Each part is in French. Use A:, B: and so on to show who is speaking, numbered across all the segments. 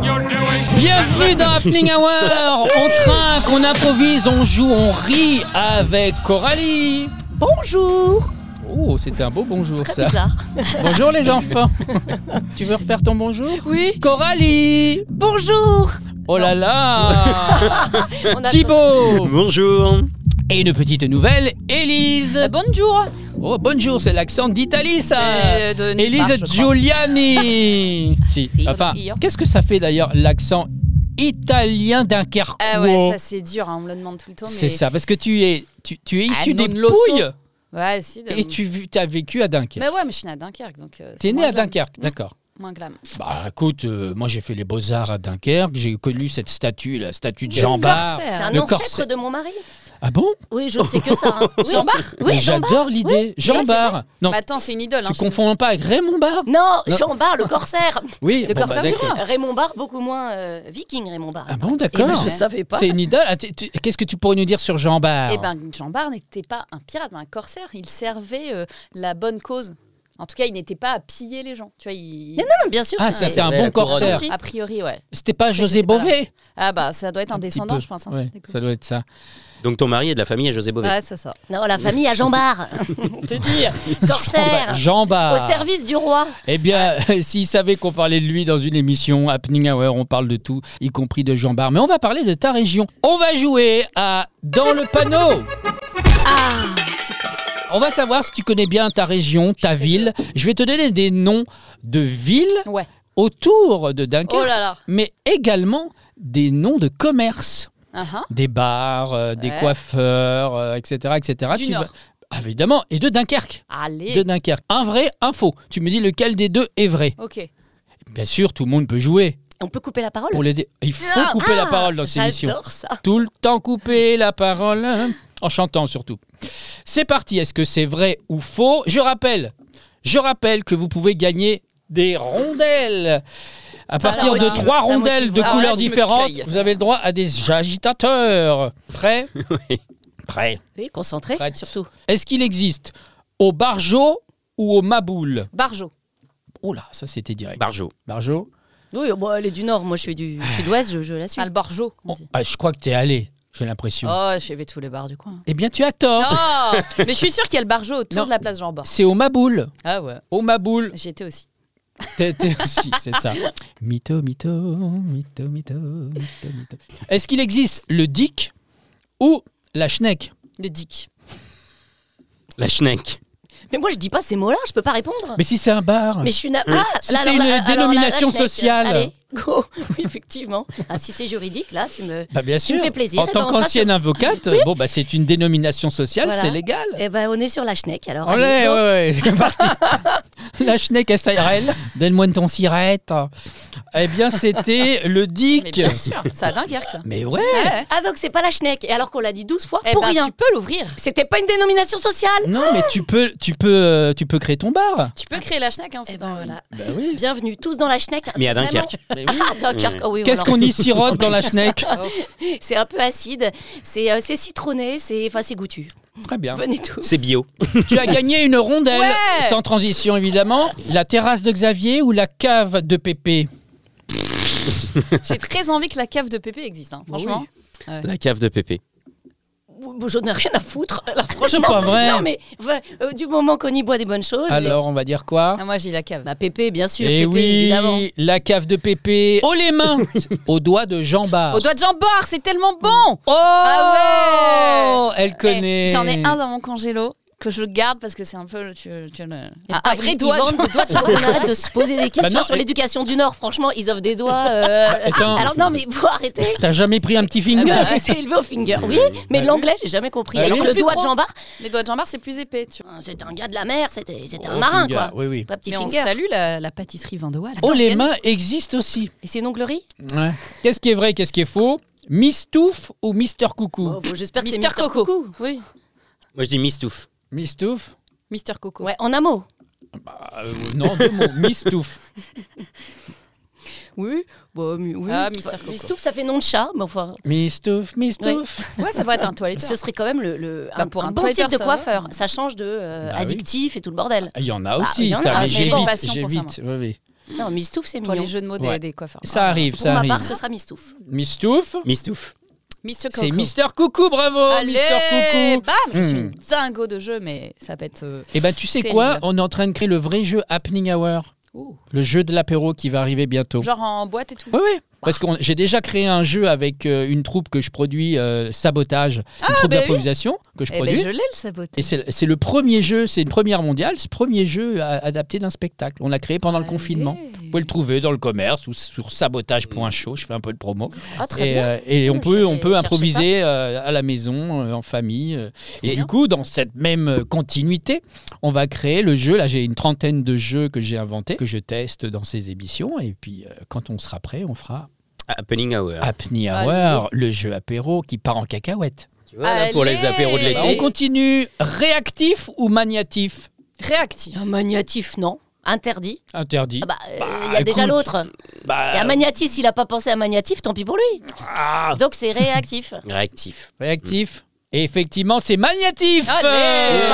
A: Bienvenue dans Happening Hour On trinque, on improvise, on joue, on rit avec Coralie
B: Bonjour
A: Oh, c'était un beau bonjour
B: Très
A: ça
B: bizarre.
A: Bonjour les enfants Tu veux refaire ton bonjour
B: Oui
A: Coralie
B: Bonjour
A: Oh là là
B: On a-
A: Thibaut
C: Bonjour
A: Et une petite nouvelle, Élise
B: Euh, Bonjour
A: Oh, bonjour, c'est l'accent d'Italie ça
B: C'est de nulle part, je
A: Élise
B: crois.
A: Giuliani Si,
B: Si.
A: enfin,
B: Hier.
A: qu'est-ce que ça fait d'ailleurs l'accent italien d'un
B: Ah ouais, ça c'est dur, hein, on me le demande tout le temps.
A: C'est
B: mais-
A: ça, parce que tu es, tu, tu es issu
B: Ah,
A: des
B: non, de l'osso.
A: Pouilles
B: Ouais, si. de-
A: et tu as vécu à Dunkerque.
B: Mais ouais, mais je suis née à Dunkerque, donc. euh,
A: T'es
B: c'est
A: né
B: moins
A: à
B: glam.
A: Dunkerque, d'accord.
B: Moins glam.
A: Bah écoute, euh, moi j'ai fait les beaux-arts à Dunkerque, j'ai connu cette statue, la statue de
B: Le
A: Jean Bart.
B: corset,
D: C'est
B: hein.
D: un
A: Le
D: ancêtre
A: corset.
D: de mon mari.
A: Ah bon
D: Oui, je ne sais que ça. hein. Oui.
B: Jean Bart
A: Mais
D: Oui, Jean Bar.
A: J'adore l'idée. Jean
B: c'est
A: Bart Non,
B: Bah, attends, c'est une idole. hein,
A: tu
B: je-
A: confonds pas avec Raymond Bart
D: Non,
A: Non.
D: Jean Bar, le corsaire.
A: Oui,
B: Le
A: bon,
B: corsaire
A: bah,
B: du
A: d'accord.
B: roi.
D: Raymond Bar, beaucoup moins euh, viking, Raymond Bar.
A: Ah bon,
D: Eh ben,
A: d'accord.
D: je savais pas.
A: C'est une idole. Ah, tu- tu- Qu'est-ce que tu pourrais nous dire sur Jean Bart
B: Eh ben, Jean Bart n'était pas un pirate, mais un corsaire. Il servait euh, la bonne cause. En tout cas, il n'était pas à piller les gens. Tu vois, il.
D: Mais non, non, bien sûr.
A: Ah,
D: c'est
A: c'était un
C: vrai,
A: bon
C: la couronne.
A: corsaire.
B: A priori, ouais.
A: C'était pas José
B: j'étais pas là.
A: Bové
B: Ah bah, ça doit être un,
A: Un petit
B: descendant,
A: peu.
B: je pense. hein,
A: Ouais,
B: du coup.
A: ça doit être ça.
C: Donc ton mari est de la famille à José Bové.
B: Ouais, c'est ça.
D: Non, la famille à Jean Bar. Te dire. Corsaire.
A: Jean Bart.
D: Au service du roi.
A: Eh bien, s'il savait qu'on parlait de lui dans une émission Happening Hour, on parle de tout, y compris de Jean Bar. Mais on va parler de ta région. On va jouer à Dans le panneau.
B: Ah,
A: On va savoir si tu connais bien ta région, ta ville. Je vais te donner des noms de villes
B: Ouais.
A: autour de Dunkerque,
B: Oh là là.
A: mais également des noms de commerces,
B: Uh-huh.
A: des bars, euh, des
B: Ouais.
A: coiffeurs, euh, etc., etc.
B: Du
A: Tu vas-
B: Nord.
A: Ah, évidemment, et de Dunkerque.
B: Allez.
A: De Dunkerque. Un vrai, un faux. Tu me dis lequel des deux est vrai.
B: Ok.
A: Bien sûr, tout le monde peut jouer.
D: On peut couper la parole
A: Pour l'aider, il faut
D: Ah,
A: couper la parole dans ces émissions.
D: J'adore ça.
A: Tout le temps couper la parole, hein, en chantant surtout. C'est parti. Est-ce que c'est vrai ou faux Je rappelle, je rappelle que vous pouvez gagner des rondelles. À
B: Ça,
A: partir
B: ça
A: de
B: motive,
A: trois
D: ça
A: rondelles
D: motive.
A: de
B: Ah,
A: couleurs
B: là, tu me
A: différentes,
B: cueilles.
A: vous avez le droit à des agitateurs. Prêt Prêt.
D: Oui, concentré,
A: Prête.
D: surtout.
A: Est-ce qu'il existe au Barjo ou au Maboule
B: Barjo.
A: Oh là, ça c'était direct.
C: Barjo.
A: Barjo
D: Oui, bon, elle est du nord. Moi, je suis du sud-ouest, je, je la suis.
B: Ah, le Barjo, on
A: Oh,
B: dit.
A: ah, Je crois que t'es allé, j'ai l'impression.
B: Oh, j'ai vu tous les bars du coin.
A: Eh bien, tu as tort.
B: Non Mais je suis sûre qu'il y a le Barjo autour
A: Non.
B: de la place Jean Bart.
A: C'est au Maboule.
B: Ah ouais.
A: Au Maboule.
B: J'y étais aussi.
A: T'es t'es aussi, c'est ça. Mytho, mytho, mytho, mytho, mytho, mytho. Est-ce qu'il existe le Dick ou la Schneck
B: Le Dick.
C: La Schneck.
D: Mais moi, je dis pas ces mots-là, je peux pas répondre.
A: Mais si c'est un bar.
D: Mais je suis na... Ah,
A: Si
D: là,
A: c'est
D: alors,
A: une
D: là, alors, là,
A: dénomination
D: là, je n'ai-
A: sociale.
D: Allez, go. Oui, effectivement. Ah, si c'est juridique, là, tu me.
A: Bah, bien
D: Tu
A: sûr.
D: me fais plaisir,
A: En
D: eh ben,
A: tant
D: on sera
A: qu'ancienne avocate, bon bah c'est une dénomination sociale,
D: Voilà.
A: c'est légal.
D: Eh ben, on est sur la schneck, alors.
A: Allez,
D: allez,
A: ouais, ouais,
D: go.
A: c'est parti. La Schneck SARL. Donne-moi une ton cirette. Eh bien, c'était le
B: Mais
A: Dick.
B: bien sûr. C'est à Dunkerque, ça.
A: Mais ouais.
B: Ouais.
D: Ah, donc c'est pas la schneck. Et alors qu'on l'a dit 12 fois
B: Eh
D: pour
B: ben,
D: rien.
B: tu Mm. peux l'ouvrir.
D: C'était pas une dénomination sociale.
A: Non, mais tu peux, tu peux, euh, tu peux créer ton bar.
B: Tu peux créer la schnack, hein, c'est
D: Eh ben,
B: un-
D: voilà.
A: Bah oui.
D: Bienvenue tous dans la schneck.
C: Mais à
D: C'est vraiment-
C: Dunkerque.
D: Ah, Dunkerque. oh oui,
A: Mm. Qu'est-ce
D: alors,
A: qu'on y sirote dans la Schneck
D: C'est un peu acide. C'est euh, c'est citronné. C'est enfin, c'est goûtu.
A: Très bien.
D: Venez tous.
C: C'est bio.
A: Tu as gagné une rondelle,
B: Ouais.
A: sans transition évidemment. La terrasse de Xavier ou la cave de Pépé
B: J'ai très envie que la cave de Pépé existe, hein,
D: Bah
B: franchement.
C: La cave de Pépé.
D: J'en ai rien à foutre. là,
A: C'est
D: franchement.
A: pas vrai.
D: Non, mais enfin, euh, du moment qu'on y boit des bonnes choses.
A: Alors on va dire quoi
B: Ah, moi, j'ai la cave.
D: Bah, Pépé, bien sûr.
A: Eh
D: Pépé,
A: oui,
D: évidemment.
A: la cave de Pépé. Oh les mains Au doigt de Jean Bart.
B: Au doigt de Jean Bart, c'est tellement bon
A: Oh
B: Ah
A: Elle
B: Eh,
A: connaît.
B: J'en ai un dans mon congélo que je garde parce que c'est un peu le- tu- tu- le- un, un
D: Ah,
B: vrai
D: ils-
B: doigt.
D: ils vendent des doigts de Jean-Paul. On arrête de se poser des questions
A: Bah non,
D: sur
A: et- Bah,
D: l'éducation du Nord. Franchement, ils offrent des doigts. euh,
A: Attends.
D: Alors non, mais vous arrêtez.
A: T'as jamais pris un petit
B: Ah
A: finger
B: bah,
D: J'ai été élevé au finger, oui, mais
A: Bah
D: l'anglais, j'ai jamais compris.
A: Bah
D: Alors
A: oui.
D: le
B: Plus
D: doigt de
B: gros.
D: Jean Bart,
B: Les doigts de Jean Bart, c'est plus épais. Tu vois.
D: c'était un gars de la mer, c'était c'était un
A: Oh,
D: marin,
A: finger,
D: quoi.
A: Oui, oui.
D: Pas petit
B: Mais on
D: finger.
B: salue la, la pâtisserie Vandois.
A: Oh les mains existent aussi.
D: Et c'est une onglerie
A: Ouais. Qu'est-ce qui est vrai, qu'est-ce qui est faux Mistouf ou Mister Coucou
D: Oh, bon, J'espère que c'est
B: Mister
D: Mister
B: Coco.
D: Coucou. Oui.
C: Moi je dis Mistouf.
A: Mistouf
B: Mister Coco.
D: Ouais, en un mot.
A: Bah, euh, Non, deux mots. Mistouf.
D: Oui. Bon, mais oui.
B: Ah, Mister Coco.
D: Mistouf, ça fait nom de chat, mais enfin,
A: Mistouf, Mistouf.
B: Ouais, ça pourrait être un toiletteur.
D: ce serait quand même le, le-
B: Bah,
D: un,
B: pour
D: un
B: un
D: bon
B: Twitter,
D: type de
B: ça
D: coiffeur. Ça change de euh,
A: Bah oui.
D: addictif et tout le bordel.
A: Ah, Il y en a
D: Bah,
A: aussi,
D: il y en
A: ça,
D: a,
A: mais
D: mais
A: j'ai
D: j'ai une
A: vite,
B: passion
A: j'ai
B: pour ça,
A: vite, oui, oui.
D: Non, Mistouf, c'est
B: Pour
D: mignon.
B: les jeux de mots des-
A: Ouais.
B: des coiffeurs.
A: Ça arrive,
D: Pour
A: ça
D: ma
A: arrive.
D: part, ce sera Mistouf.
A: Mistouf,
C: Mistouf.
B: Mr.
A: c'est
B: Coco.
A: Mister Coucou, bravo
B: Allez,
A: Mister Coucou
B: Bam Je suis
A: Hmm.
B: une dingo de jeu, mais ça va être. euh,
A: Eh ben tu sais
B: Terrible.
A: quoi On est en train de créer le vrai jeu Happening Hour,
B: ouh.
A: le jeu de l'apéro qui va arriver bientôt.
B: Genre Bah. en boîte et tout.
A: Oui, oui. Parce que j'ai déjà créé un jeu avec euh, une troupe que je produis, euh, Sabotage, une troupe
B: bah oui.
A: d'improvisation que je
B: Eh ben,
A: produis.
B: je l'ai le saboté.
A: Et c'est c'est le premier jeu, c'est une première mondiale, ce premier jeu a- adapté d'un spectacle. On l'a créé pendant le confinement. Vous pouvez le trouver dans le commerce ou sur sabotage.show, je fais un peu de promo.
D: Ah, très
A: Et,
D: bien.
A: euh, et on
D: Je
A: peut,
D: vais
A: on peut
D: chercher
A: improviser euh, à la maison, euh, en famille. euh. Et
D: bien.
A: du coup, dans cette même euh, continuité, on va créer le jeu. Là, j'ai une trentaine de jeux que j'ai inventés, que je teste dans ces émissions. Et puis, euh, quand on sera prêt, on fera
C: Happening Hour.
A: Apnea
B: Allez.
A: Hour, le jeu apéro qui part en cacahuète.
C: Tu vois, là, pour
B: Allez
C: les apéros de
A: Bah,
C: l'été.
A: on continue réactif ou magnatif
B: Réactif.
D: Un
A: Oh,
D: magnatif, non. Interdit.
A: Interdit.
D: Ah bah, euh, il y
A: Bah,
D: a déjà
A: écoute.
D: l'autre.
A: Bah,
C: euh,
D: Et un magnatif, s'il n'a pas pensé à magnatif, tant pis pour lui.
A: ah,
D: Donc c'est réactif.
C: Réactif.
D: bah.
A: réactif. Et effectivement, c'est magnatif.
B: Allez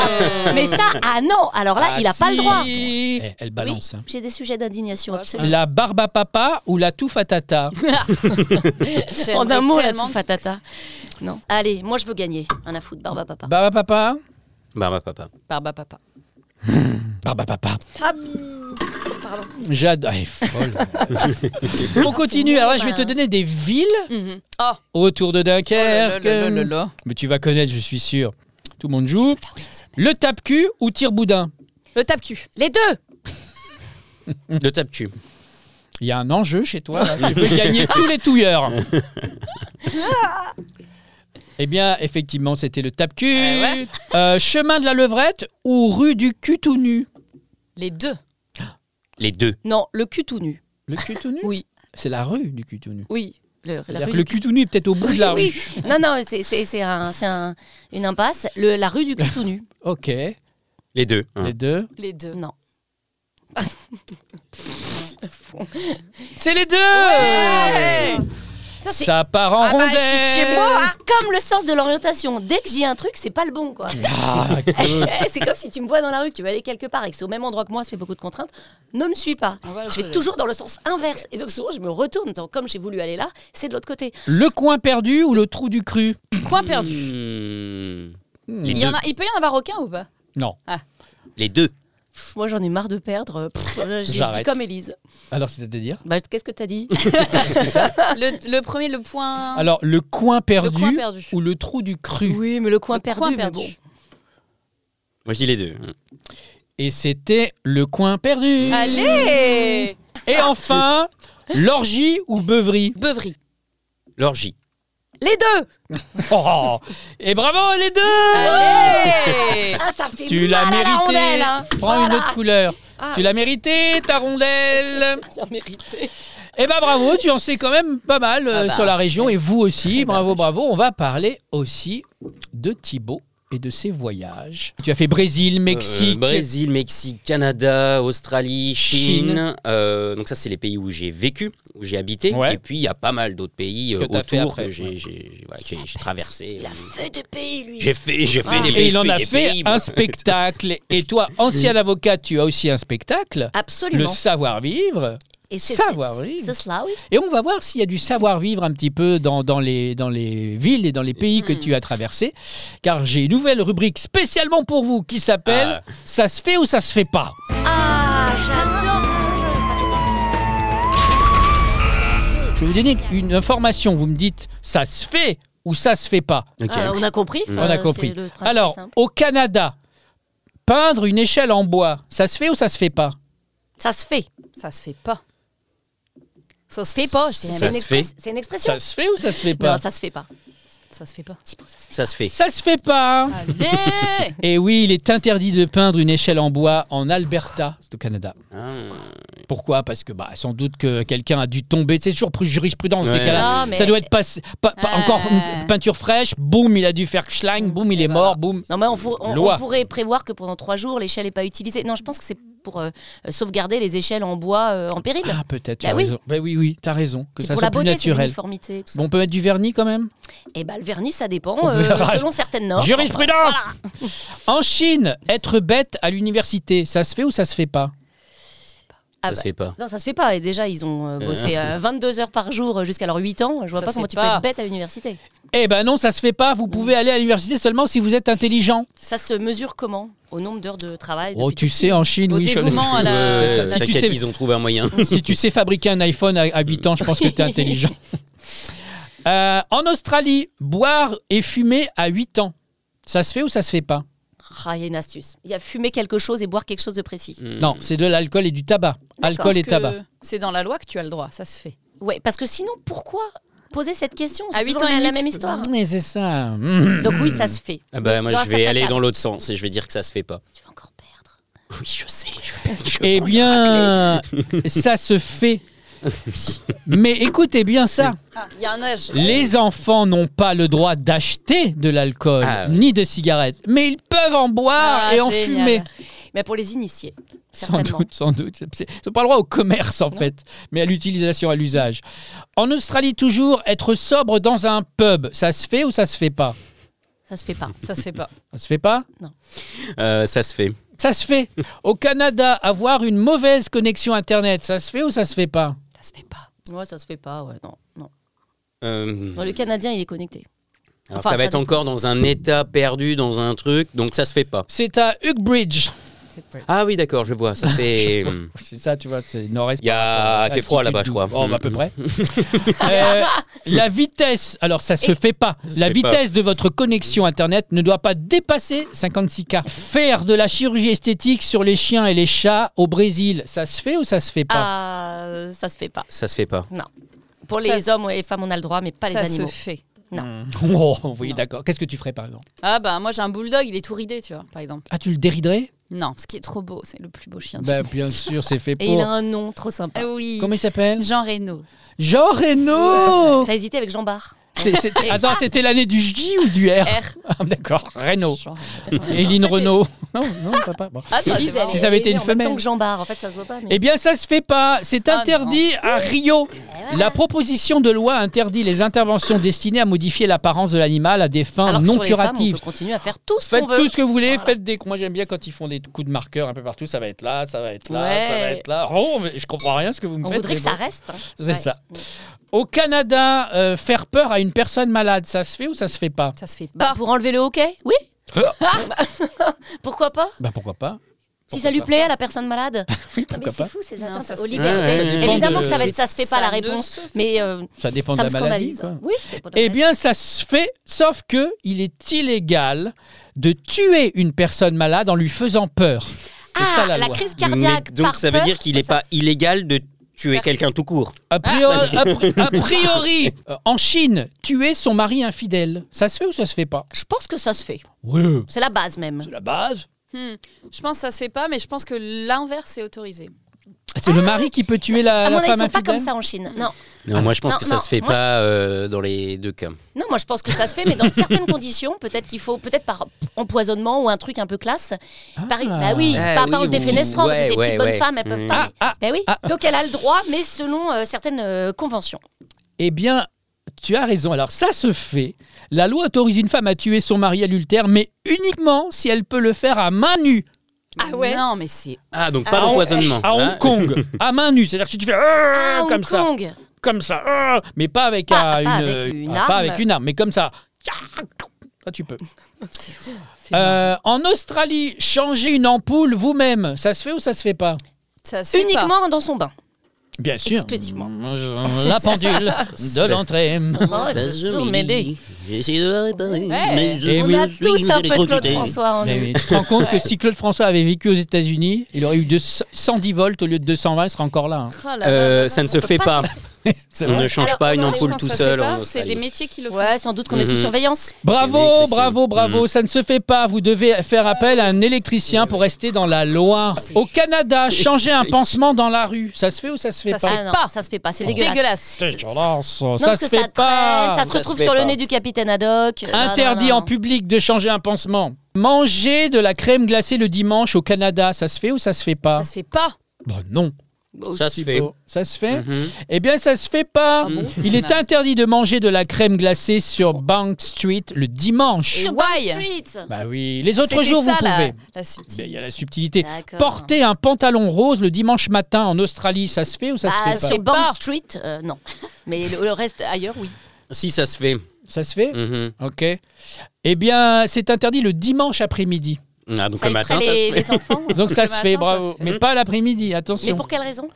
D: Mais ça, ah non, alors là,
A: Ah,
D: il n'a pas
A: si.
D: le droit.
A: Eh, elle balance. hein.
D: J'ai des sujets d'indignation, absolument.
A: La barbe à papa ou la touffe à tata
D: En un mot, la
B: tout
D: touffe à tata. Non. Allez, moi je veux gagner. Un à foutre, barbe à papa.
A: Barbe à papa
C: Barba Bah, papa.
B: Barba papa.
A: Barbe à Ah, bah, papa.
B: Ah, hmm,
A: J'adore. Elle est folle. On continue. Alors là, je vais te donner des villes
B: Mhm. Oh,
A: autour de
B: là,
A: Dunkerque.
B: là, là, là, là.
A: Mais tu vas connaître, je suis sûr. Tout le monde joue. Le tape-cul ou tire-boudin
B: Le tape-cul. Les deux
C: Le tape-tu.
A: Il y a un enjeu chez toi. là. Tu veux gagner tous les touilleurs. eh bien, effectivement, c'était le tape-cul.
B: Ouais, Eh ouais.
A: Euh, chemin de la levrette ou rue du cul tout nu
B: Les deux.
C: Les deux.
D: Non, le cul tout nu.
A: Le cul tout nu
D: Oui.
A: C'est la rue du cul tout nu.
D: Oui. Le, la
A: C'est-à-dire
D: rue
A: que le
D: du-
A: cul tout nu est peut-être au bout de la
D: Oui,
A: rue.
D: Non, non, c'est- c'est c'est un, c'est un- une impasse. Le- la rue du cul tout nu.
A: Ok,
C: Les deux. hein.
A: les deux.
B: Les deux.
D: Non.
A: C'est les deux
B: Ouais
D: Ça, c'est-
A: Ça part en
B: Ah bah, je
A: rondelle
B: suis chez moi.
D: Ah, comme le sens de l'orientation. Dès que j'ai un truc, c'est pas le bon, quoi.
A: Ah, écoute.
D: eh, c'est comme si tu me vois dans la rue, que tu veux aller quelque part et que c'est au même endroit que moi, ça fait beaucoup de contraintes. Ne me suis pas. Je vais toujours dans le sens inverse. Et donc souvent, je me retourne. Donc, comme j'ai voulu aller là, c'est de l'autre côté.
A: Le coin perdu ou le trou du cru
B: Coin perdu.
C: Mmh. Les
B: Il, y en
C: deux.
B: a, il peut y en avoir aucun ou pas
A: Non.
C: Les deux.
D: Pff, moi, j'en ai marre de perdre. Pff, je- je dis
A: J'arrête.
D: comme Élise.
A: Alors, c'est-à-dire
D: Bah, qu'est-ce que t'as dit
B: le, le premier, le point.
A: Alors, le coin
B: le
A: perdu,
B: coin perdu.
A: ou le trou du cru
D: Oui, mais le coin
B: Le
D: perdu.
B: coin
D: mais
B: perdu.
C: Moi je dis les deux. hein.
A: Et c'était le coin perdu.
B: Allez
A: Et enfin, l'orgie ou beuverie.
B: Beuvry.
C: L'orgie.
D: bon. Les deux
A: Oh Et bravo les deux
B: Allez
D: Ah, ça fait
A: Tu
D: mal
A: l'as
D: à la
A: mérité.
D: rondelle, hein.
A: Prends une autre couleur.
D: Ah.
A: Tu l'as mérité, ta rondelle.
D: Bien mérité.
A: Eh ben bravo, tu en sais quand même pas mal euh,
B: Ah bah,
A: sur la région et vous aussi.
D: Très
A: Bravo,
D: bien.
A: bravo. On va parler aussi de Thibaut et de ses voyages. Tu as fait Brésil, Mexique.
C: Euh, Brésil, Mexique, Canada, Australie, Chine.
A: Chine.
C: Euh, donc ça, c'est les pays où j'ai vécu, où j'ai habité.
A: Ouais.
C: Et puis, il y a pas mal d'autres pays euh,
A: Que t'as fait
C: autour
A: après,
C: que j'ai
A: ouais.
C: j'ai- j'ai- voilà, que j'ai- j'ai traversé. Euh,
D: Il a fait des pays, lui.
C: J'ai fait, j'ai fait
D: Ah.
C: des
A: Et il en
C: j'ai
A: a
C: des
A: fait
C: pays, moi.
A: un spectacle. Et toi, ancien avocat, tu as aussi un spectacle. Le
D: Absolument.
A: savoir-vivre.
D: Et c'est-
A: savoir,
D: c'est-
A: oui.
D: C'est cela, oui.
A: Et on va voir s'il y a du savoir-vivre un petit peu dans, dans les, dans les villes et dans les pays que
B: Mhm.
A: tu as traversés. Car j'ai une nouvelle rubrique spécialement pour vous qui s'appelle Ça se fait ou ça se fait pas
D: Ah, j'adore ce jeu.
A: Je vais vous donner une information. Vous me dites Ça se fait ou ça se fait pas
C: Ok.
D: Ah, on a compris.
A: On
D: Enfin,
A: a
D: c'est
A: compris.
D: le principe
A: Alors,
D: simple.
A: au Canada, peindre une échelle en bois, ça se fait ou ça se fait pas
D: ça se fait.
B: Ça se fait pas. Ça se fait pas, je dirais.
C: Ça
D: une
C: se
D: express-
C: fait.
D: C'est une expression.
A: Ça se fait ou ça se fait pas
D: Non, ça se fait pas.
B: Ça se fait pas.
D: Thibaut, ça se fait.
C: Ça se fait.
A: Ça se fait pas hein.
B: Allez
A: Et Eh oui, il est interdit de peindre une échelle en bois en Alberta, c'est au Canada.
C: Ah.
A: Pourquoi Parce que bah, sans doute que quelqu'un a dû tomber. C'est toujours plus jurisprudence. ces
C: Ouais.
A: cas-là.
D: Non, mais-
A: Ça doit être passé- pas, pas-
B: Ah.
A: encore une peinture fraîche. Boum, il a dû faire schlang.
D: Mmh.
A: Boum, il
D: Eh
B: Et
A: est
B: voilà.
D: ben.
A: mort. Boum.
D: Non, mais on, faut- on-
A: Loi.
D: on pourrait prévoir que pendant trois jours, l'échelle n'est pas utilisée. Non, je pense que c'est pour euh, euh, sauvegarder les échelles en bois euh, en péril.
A: Ah, peut-être. tu
D: Bah
A: as
D: oui.
A: raison. Bah oui, oui, t'as raison. Que
D: c'est
A: ça
D: pour
A: soit
D: la
A: plus
D: beauté, c'est
A: naturel.
D: l'uniformité. tout ça.
A: Bon, on peut mettre du vernis quand même.
D: Et bah, le vernis, ça dépend
A: On
D: euh,
A: verra.
D: selon certaines normes.
A: Jurisprudence. En Chine, être bête à l'université, ça se fait ou ça se fait pas
D: Ah
C: ça
D: bah,
C: se fait pas.
D: Non, ça se fait pas. Et déjà, ils ont euh, bossé euh, 22 heures par jour euh, jusqu'à leurs 8 ans. Je vois
B: Ça
D: pas
B: se
D: comment
B: fait
D: tu
B: pas.
D: peux être bête à l'université.
A: Eh ben non, ça se fait pas. Vous pouvez aller à l'université seulement si vous êtes intelligent.
D: Ça se mesure comment Au nombre d'heures de travail
A: Oh,
D: depuis
A: tu
D: tout
A: sais, en Chine,
B: Au
A: oui, je-
B: dévouement à la-
A: c'est ça.
C: Ouais,
B: la-
A: Si tu
C: t'inquiète,
A: sais-
C: ils ont trouvé un moyen. Hmm.
A: si tu sais fabriquer un iPhone à, 8 ans, je pense que tu es intelligent. Euh, en Australie, boire et fumer à 8 ans, ça se fait ou ça se fait pas
D: Ah, il y a une astuce. Il y a fumer quelque chose et boire quelque chose de précis.
C: Hmm.
A: Non, c'est de l'alcool et du tabac. Alcool et
B: que
A: tabac.
B: C'est dans la loi que tu as le droit, ça se fait.
A: Mm.
D: Ouais, parce que sinon, pourquoi poser cette question
B: À
D: C'est
B: huit
D: toujours
B: ans et
D: la- la
B: demi,
D: même
B: tu peux
D: histoire.
A: Mais c'est ça.
D: Donc
A: Mm.
D: oui, ça se fait.
C: Ah bah, moi,
D: Dans un
C: je vais
D: certain
C: aller
D: cadre.
C: dans l'autre sens et je vais dire que ça se fait pas.
D: Tu vas encore perdre.
C: Oui, je sais.
A: Eh bien, ça se fait. Mais écoutez bien ça.
B: Ah, il y a un âge.
A: Les enfants n'ont pas le droit d'acheter de l'alcool
C: Ah ouais.
A: ni de cigarettes, mais ils peuvent en boire
B: Ah,
A: et en
B: génial.
A: fumer.
D: Mais pour les initiés,
A: Sans
D: certainement.
A: doute, sans doute. C'est- Ils n'ont pas le droit au commerce en fait, mais à l'utilisation, à l'usage. En Australie, toujours, être sobre dans un pub, ça se fait ou ça se fait pas
D: Ça se fait pas.
B: Ça se fait pas.
A: Ça se fait pas
C: Euh, ça se fait.
A: Ça se fait. Au Canada, avoir une mauvaise connexion Internet, ça se fait ou ça se fait pas
B: Ça se fait pas.
D: Ouais, ça se fait pas. Ouais, non, non.
C: Euh,
D: Non, le Canadien, il est connecté.
C: alors,
D: enfin,
C: ça
D: ça
C: va être encore dans un état perdu, dans un truc, donc ça se fait pas.
A: C'est à Uckbridge.
C: Ah oui, d'accord, je vois. Ça c'est. hum,
A: C'est ça, tu vois, c'est nord-est.
C: Il y a-
A: Ah,
C: il fait froid
A: altitude
C: là-bas, je
A: d'où
C: crois.
A: Oh, bah, à peu près. Euh, la vitesse, alors ça se
D: Et-
A: fait pas.
C: Ça se
A: La
C: fait pas.
A: vitesse de votre connexion Internet ne doit pas dépasser 56K. Faire de la chirurgie esthétique sur les chiens et les chats au Brésil, ça se fait ou ça se fait pas
D: Ah, ça se fait pas.
C: ça se fait pas.
D: Pour les hommes et les femmes, on a le droit, mais pas
B: ça
D: les animaux.
B: se fait.
A: Oh, oui,
B: Non.
A: d'accord. Qu'est-ce que tu ferais par exemple
B: Ah bah moi j'ai un bulldog, il est tout ridé, tu vois, par exemple.
A: Ah, tu le dériderais
B: Non, ce qui est trop beau, c'est le plus beau chien. du
A: Bah, bien sûr, c'est fait
D: Et il a
A: pour.
D: un nom trop sympa.
B: monde. Ah oui.
A: Comment il s'appelle
B: Jean Reno.
A: Jean Reno
D: T'as hésité avec Jean Barre
A: C'est- c'était- Attends, c'était l'année du J ou du R
B: R.
A: Ah, D'accord, Reno.
B: Jean Reno.
D: euh,
A: Éline Renault. Non, non, ça pas. bon.
B: Ah, ça,
D: Lise,
B: c'est
D: elle
B: marrant.
A: Si ça avait été
D: est
A: une
D: en même
A: femelle.
D: temps que Jean Barre, en fait, ça se voit pas. Mais...
A: Eh bien, ça se fait pas. C'est
B: Ah,
A: interdit à Rio.
D: Eh
A: La proposition de loi interdit les interventions destinées à modifier l'apparence de l'animal à des fins
D: Alors que
A: non
D: sur les femmes, on
A: curatives.
D: peut continuer à faire tout ce
A: Faites
D: qu'on veut.
A: tout ce que vous voulez, faites des. Moi j'aime bien quand ils font des coups de marqueur un peu partout, ça va être là, ça va être là,
D: Ouais.
A: ça va être là. Oh, mais je comprends rien ce que vous me
D: On
A: faites.
D: voudrait
A: mais
D: que ça
A: bon.
D: reste. hein.
A: C'est
D: Ouais.
A: ça. Au Canada, euh, faire peur à une personne malade, ça se fait ou ça se fait pas
B: Ça se fait
D: Bah,
B: pas.
D: pour enlever le hockey Oui Pourquoi pas
A: Bah Ah. pourquoi pas
D: Si ça lui
A: pas
D: plaît à la personne malade
A: Oui,
D: Non, mais
A: pourquoi
D: c'est
A: pas
D: fou ces
B: Non,
D: atteintes
B: ça se
D: Ah, aux
B: fait
C: pas.
D: libertés.
C: Ouais, ouais, ouais.
A: Dépend
D: Évidemment que ça va
A: de-
D: être ça se fait
B: Ça
D: pas la
B: ne
D: réponse,
B: se fait
D: mais euh,
A: Ça dépend
D: ça
A: de
D: me
A: la maladie.
D: scandalise.
A: quoi.
D: Oui, ça dépend de la
A: Eh
D: maladie.
A: bien, ça se fait, sauf que il est illégal de tuer une personne malade en lui faisant peur. C'est
D: ah,
A: ça la,
D: la
A: loi.
D: crise cardiaque.
C: Mais donc
D: par
C: ça veut
D: peur,
C: dire qu'il n'est pas illégal de tuer quelqu'un tout court.
A: A priori, a pri- a priori, euh, en Chine, tuer son mari infidèle, ça se fait ou ça se fait pas
D: Je pense que ça se fait.
A: Oui,
D: C'est la base même.
A: c'est la base.
B: Hmm. Je pense que ça se fait pas, mais je pense que l'inverse est autorisé.
A: C'est le mari qui peut tuer la,
D: À mon
A: la
D: avis, ils
A: femme
D: sont pas
A: infidèle.
D: comme ça en Chine. Non,
C: Non, moi je pense
D: Non,
C: que ça
D: non,
C: se fait
D: moi, je-
C: pas euh, dans les deux cas.
D: non, moi je pense que ça se fait, mais dans certaines conditions, peut-être qu'il faut, peut-être par empoisonnement ou un truc un peu classe. Par, bah oui,
C: Ah,
D: par,
C: oui,
D: par
C: oui,
D: des
C: oui.
D: défenestrants, parce que
C: Ouais,
D: ces
C: ouais,
D: petites bonnes
C: ouais.
D: femmes, elles peuvent
C: Mm.
D: pas.
A: Ah,
D: Bah oui. Donc elle a le droit, mais selon euh, certaines euh, conventions.
A: Eh bien, tu as raison. Alors, ça se fait. La loi autorise une femme à tuer son mari adultère, mais uniquement si elle peut le faire à main nue,
D: Ah ouais
B: Non, mais c'est.
C: Ah, donc
A: Ah,
C: pas
A: on-
C: d'empoisonnement.
A: à Hong
C: Ah.
A: Kong. à main nue, c'est-à-dire que si tu fais euh,
D: Ah, Hong
A: comme ça,
D: Kong.
A: comme ça, ah, mais pas avec,
D: Pas-
A: euh,
D: pas
A: une,
D: avec une
A: ah,
D: arme.
A: pas avec une arme, mais comme ça. Là, tu peux.
B: C'est fou.
A: Euh, en Australie, changer une ampoule vous-même, ça se fait ou ça se fait pas
B: Ça se fait pas.
D: Uniquement dans son bain.
A: Bien sûr.
D: Expéditivement.
A: La pendule de l'entrée.
C: J'ai essayé de la réparer,
B: Ouais.
C: mais je
A: Et
D: On
C: me
D: a
C: suis
D: tous un peu de Claude
C: électrocuté.
D: François en
A: Mais
D: nous.
A: Eh oui, tu te rends compte que si Claude François avait vécu aux États-Unis, il aurait eu 200 110 volts au lieu de 220, il serait encore là. hein.
B: Oh là là.
C: Euh, ça ne se fait pas.
A: C'est
C: On
A: vrai.
C: ne change
D: Alors,
C: pas une
D: non, mais
B: Mais je
C: ampoule
B: pense
C: tout
B: que ça se fait
C: seul.
B: pas,
C: en
B: C'est
C: Australie.
B: des métiers qui le font.
D: Ouais, sans doute qu'on est sous
C: Mhm.
D: surveillance.
C: C'est Mhm.
A: Bravo,
C: l'électricien.
A: bravo, bravo. Ça ne se fait pas. Vous devez faire appel à un électricien pour rester dans la loi. Au Canada, changer un pansement dans la rue, ça se fait ou ça se fait
B: Ça se
A: pas
D: Ah non,
B: pas.
D: ça se fait pas, c'est dégueulasse.
B: Dégueulasse.
A: C'est violence.
D: Non,
A: ça
D: parce
A: se
D: que
A: fait
D: ça
A: pas.
D: traîne, ça se
C: Ça
D: retrouve
C: se fait
D: sur le
C: pas.
D: nez du capitaine Haddock. Euh, non,
A: Interdit
D: non, non.
A: en public de changer un pansement. Manger de la crème glacée le dimanche au Canada, ça se fait ou ça se fait pas
B: Ça se fait pas.
A: Bah non.
B: Bon,
C: Ça se fait.
A: Ça se fait
C: Mhm.
A: Eh bien, ça se fait pas.
B: Ah bon
A: Il est interdit de manger de la crème glacée sur Bank Street le dimanche.
B: Et
D: Sur Bank
B: why
D: Street.
A: Bah oui, les autres jours,
B: ça,
A: vous
B: la-
A: pouvez.
B: La
A: Eh
B: subtilité.
A: bien, Il y a la subtilité.
D: D'accord.
A: Porter un pantalon rose le dimanche matin en Australie, ça se fait ou ça se
D: Ah,
A: fait pas
D: sur Bank
B: Pas.
D: Street, euh, non. Mais le, le reste ailleurs, oui.
C: Si, ça se fait.
A: Ça se fait
C: Mhm.
A: Ok. Eh bien, c'est interdit le dimanche après-midi.
C: Ah, donc
D: Ça
C: le matin,
D: effraie
C: ça
D: les,
C: se fait.
D: les enfants.
A: Donc ça
B: Le
A: se fait,
B: matin, ça
A: bravo.
B: se fait.
A: Mais pas l'après-midi,
D: Mais
A: attention.
D: pour quelle raison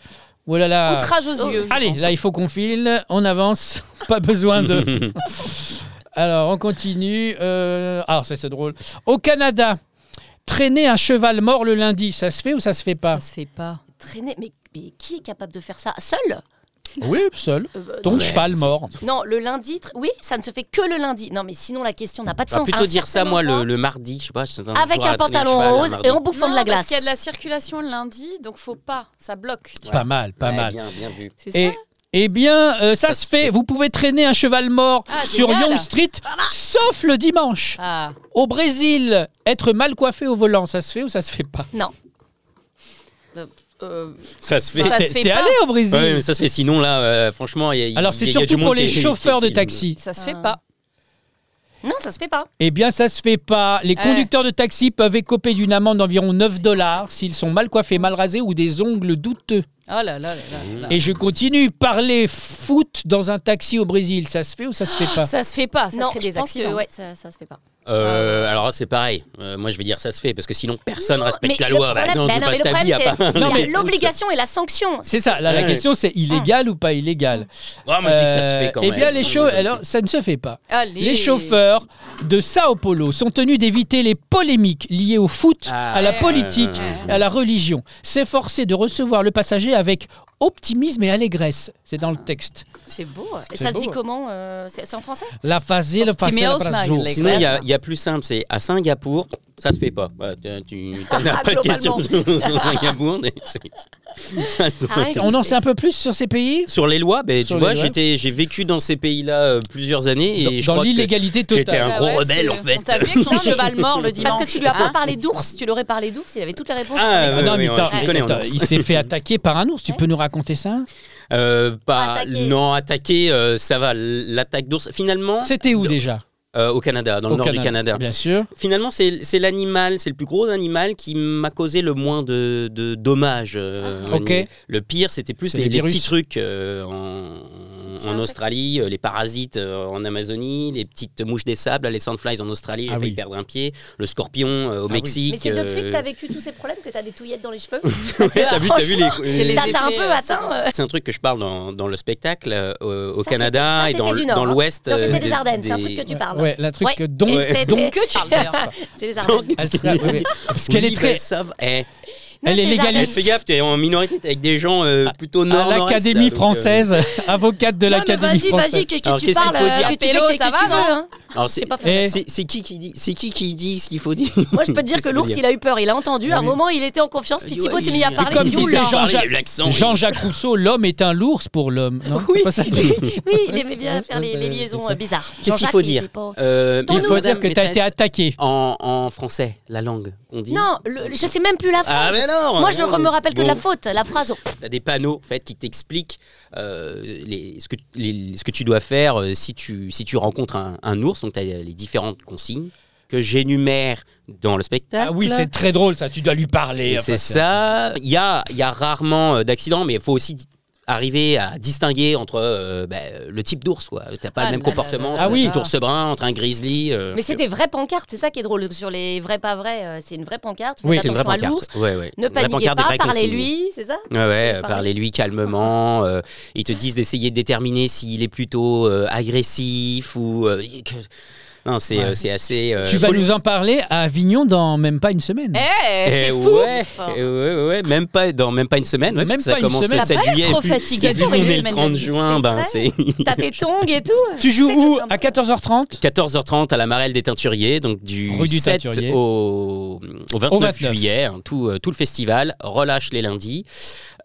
A: Oh là là.
B: Outrage aux
D: Oh.
B: yeux. je
A: Allez,
B: pense.
A: là, il faut qu'on file. On avance. Pas besoin de. Alors, on continue. Euh, Ah, ça, c'est drôle. Au Canada, traîner un cheval mort le lundi, ça se fait ou ça se fait pas
B: Ça se fait pas.
D: Traîner. Mais, mais qui est capable de faire ça Seul
A: Oui, seul.
D: Euh,
A: Ton
C: Ouais,
A: cheval
C: c'est-
A: mort.
D: Non, le lundi, tr- oui, ça ne se fait que le lundi. Non, mais sinon, la question n'a pas de
C: On va
D: sens.
C: Ah, plutôt dire ça, moi,
B: moment.
C: le, le mardi. Je sais pas, c'est
D: Avec
C: jour à
D: un
C: traîner
D: pantalon
C: cheval, un
D: rose
C: mardi.
D: et en bouffant
B: Non,
D: de la
B: Parce
D: glace.
B: qu'il y a de la circulation le lundi, donc faut pas. Ça bloque. tu vois.
A: Pas mal, pas
C: Ouais,
A: mal.
C: Bien, bien vu.
B: C'est ça.
A: Et, eh bien, euh, ça, se fait. Vous pouvez traîner un cheval mort
B: Ah,
A: sur
B: génial.
A: Young Street, sauf le dimanche.
B: Ah,
A: Au Brésil, être mal coiffé au volant, ça se fait ou ça se fait pas
D: Non.
B: euh,
C: Ça se fait.
B: Ça
A: T'es
B: se fait
A: t'es
B: pas.
A: allé au Brésil
C: Ouais, mais ça se fait. Sinon, là, euh, franchement, il y a- il
A: Alors,
C: y
A: c'est
C: a- il y a du
A: surtout
C: monde
A: pour
C: qui
A: les
C: est- qui est-
A: chauffeurs de
C: qui est-
A: taxi.
B: ça se
D: Ah.
B: fait pas.
D: Non, ça se fait pas.
A: Eh bien, ça se fait pas. Les
B: Ouais.
A: conducteurs de taxi peuvent écoper d'une amende d'environ 9 dollars s'ils sont mal coiffés, mal rasés ou des ongles douteux.
D: Ah.
B: Oh là là là là là.
A: Et je continue. Parler foot dans un taxi au Brésil, ça se fait ou ça se fait pas
B: Ça se fait pas. Ça
D: non,
B: crée
D: je
B: des
D: pense que
B: accidents.
D: ouais, ça, ça se fait pas.
C: Euh, alors là, c'est pareil. Euh, moi, je vais dire ça se fait parce que sinon, personne respecte la
D: le
C: loi. Bah,
D: problème-
C: non,
D: bah
C: tu
D: non, mais
C: passes
D: le
C: ta vie
D: problème,
C: à pas.
D: c'est-
C: Non,
D: il y a
C: mais-
D: l'obligation et la sanction.
A: C'est ça. Là, la
C: Ouais.
A: question, c'est illégal ou pas illégal
C: Ah, moi, je dis que ça se fait quand
D: Euh,
A: Eh
C: même.
A: bien, les
C: Ça,
A: chauffeurs.
C: ça se
A: Alors, ça ne se fait pas.
B: Allez.
A: Les chauffeurs de Sao Paulo sont tenus d'éviter les polémiques liées au foot,
C: Ah,
A: à la
B: ouais,
A: politique
C: ouais, ouais,
A: et à la religion. S'efforcer de recevoir le passager avec optimisme et allégresse. C'est dans le texte.
D: C'est beau.
A: C'est
D: ça
A: beau.
D: se dit comment euh, C'est c'est en français
A: La facile, le facile,
B: Optimeos
A: la brazo.
B: Magle.
C: Sinon, il y, a- il y a plus simple, c'est à Singapour, ça se fait pas. Bah, tu- tu
D: Ah,
C: t'en as pas de questions sur, sur Singapour. mais c'est-
D: Arrête.
A: On en sait un peu plus sur ces pays
C: sur les lois, ben, tu
A: Sur les
C: vois,
A: lois.
C: j'étais, j'ai vécu dans ces pays-là euh, plusieurs années et
A: Dans-
C: je
A: Dans
C: crois que
A: l'illégalité
C: j'étais
A: totale.
C: un
B: Ah
C: gros
B: ouais,
C: rebelle
B: tu-
C: en fait.
B: On t'a vu avec ton cheval mort le dimanche.
D: Parce que tu lui as pas
B: Hein
D: parlé d'ours, tu l'aurais parlé d'ours, il avait toutes les réponses.
C: Ah,
A: Ah
C: ouais,
A: non,
C: ouais,
A: mais
C: ouais,
A: attends,
C: je
A: mais
C: le connais, hein.
A: attends,
C: en ours.
A: il s'est fait attaquer par un ours. Tu peux nous raconter ça
C: Euh, pas,
D: Attaquer.
C: non, attaquer, euh, ça va. L'attaque d'ours, finalement,
A: C'était où déjà
C: euh, au Canada, dans le
A: Au
C: nord du Canada.
A: Bien sûr.
C: Finalement, c'est c'est l'animal, c'est le plus gros animal qui m'a causé le moins de, de dommages. euh,
A: Ah. Ok.
C: animaux. Le pire, c'était plus
A: C'est
C: les,
A: les
C: les petits
A: virus.
C: trucs euh, en, en
D: Tiens,
C: Australie, euh, les parasites euh, en Amazonie, les petites mouches des sables, là, les sandflies en Australie, j'ai
A: Ah
C: failli
A: oui. Ah
C: perdre un pied, le scorpion euh, au
A: oui.
C: Mexique.
D: Mais c'est depuis que
C: euh,
D: t'as vécu tous ces problèmes que t'as des touillettes dans les cheveux
C: Ouais, t'as vu, t'as vu les-
B: c'est les-
D: Ça t'a un
B: effets,
D: peu
B: euh,
D: atteint. euh.
C: C'est un truc que je parle dans, dans le spectacle euh, au au
D: Ça,
C: Canada
D: c'était- ça,
C: et dans,
D: c'était du
C: dans
D: Nord, hein.
C: l'Ouest.
D: Non, c'était
C: euh,
D: les
C: des-
D: Ardennes, c'est un
C: des-
D: truc que tu
A: Ouais,
D: parles.
A: Ouais, la truc
D: Ouais.
A: dont.
D: Et c'était-
A: dont-
B: Que tu perds.
D: C'est les
C: Donc,
D: Ardennes.
A: Elle sera- oui, oui. Parce qu'elle est
C: Oui,
A: très.
C: ben, ça va. Eh,
D: Non,
A: Elle est
D: c'est les Ardennes.
C: eh,
A: légaliste.
C: fais gaffe, t'es en minorité, t'es avec des gens euh, plutôt nord
A: Ah, À
C: euh,
A: l'Académie française, avocate de
D: Non, mais
A: l'Académie
D: Vas-y, vas-y,
A: française. Eh,
D: que, que
C: Alors,
D: tu
C: qu'est-ce qu'il
D: parles,
C: faut
D: euh,
C: dire
D: que tu fais
B: Pélo,
D: que
B: ça
D: tu veux,
B: va, non
D: hein.
C: c'est
D: J'ai pas fait.
A: Et-
C: c'est- c'est qui qui dit, c'est qui qui dit ce qu'il faut dire
D: Moi, je peux te dire que l'ours, il a eu peur. Il a entendu. À un
A: Oui.
D: moment, il était en confiance. Puis Thibaut s'est mis à parler.
A: comme
D: il dit,
A: disait
D: Oula.
A: Jean- Jean-Jacques-
C: Jean-Jacques.
A: Jean-Jacques Rousseau, l'homme est un lours pour l'homme. Non, c'est pas ça.
D: Oui, il aimait bien
A: Ouais,
D: faire les,
A: ouais,
D: les
A: ouais, c'est
D: liaisons
A: ça.
D: euh, bizarres.
C: Qu'est-ce qu'il
D: Jean-Jacques,
C: faut
D: il
C: dire
D: était pas-
C: Euh,
A: Il faut
C: madame
A: dire que t'as été
C: maîtresse,
A: attaqué.
C: En, en français, la langue qu'on dit.
D: Non, le- je sais même plus la
C: Ah,
D: phrase.
C: mais alors
D: Moi, je
C: bon,
D: me rappelle que de
C: bon.
D: la faute, la phrase.
C: T'as des panneaux en fait, qui t'expliquent euh, les- ce, que, les- ce que tu dois faire euh, si tu, si tu rencontres un, un ours. Donc, tu as les différentes consignes que j'énumère dans le spectacle.
A: Ah oui, c'est très drôle ça, tu dois lui parler. hein,
C: Et
A: enfin,
C: c'est ça. Il y a, il y a rarement euh, d'accidents, mais il faut aussi di- arriver à distinguer entre euh, bah, le type d'ours. quoi. T'as pas
B: Ah
C: le même
B: là
C: comportement
B: là
A: là
C: entre
A: là.
C: un petit ours brun, entre un grizzly. euh,
D: Mais c'est des vraies pancartes, c'est ça qui est drôle. Sur les vrais pas vrais, euh, c'est une vraie pancarte. Faites
C: oui, c'est une
D: attention
C: vraie
D: à
C: pancarte.
D: l'ours.
C: Ouais, ouais.
D: Ne
C: Une vraie
D: paniquez
C: pancarte, des
D: pas,
C: vraies consignes.
D: parlez-lui, c'est ça
C: Ouais, ouais,
D: Parlez-
C: parlez-lui calmement. euh, ils te disent d'essayer de déterminer s'il est plutôt euh, agressif ou. euh, que- Non, c'est euh, c'est assez. euh,
A: Tu vas
C: faut-
A: nous en parler à Avignon dans même pas une semaine.
B: Eh, c'est
C: Eh
B: fou.
C: Ouais, eh ouais, ouais, ouais, même pas dans même pas une semaine. ouais,
A: Même
C: parce que
A: pas
C: ça
A: une
C: commence
A: semaine.
C: le
A: T'as
C: 7 juillet.
B: trop
C: et puis-
B: fatigué
C: et puis
B: pour
C: on
B: une
C: est le
B: semaine
C: 30
B: de-
C: juin, ben
D: T'es
C: c'est
D: T'as tes tongs et tout
A: Tu joues
D: C'est que
A: où
D: c'est un
A: À 14h30
C: 14h30 à la Marelle des Teinturiers, donc du
A: Rue du
C: 7
A: Teinturier.
C: au, au 29,
A: Au 29.
C: juillet, hein, tout, euh, tout le festival, relâche les lundis.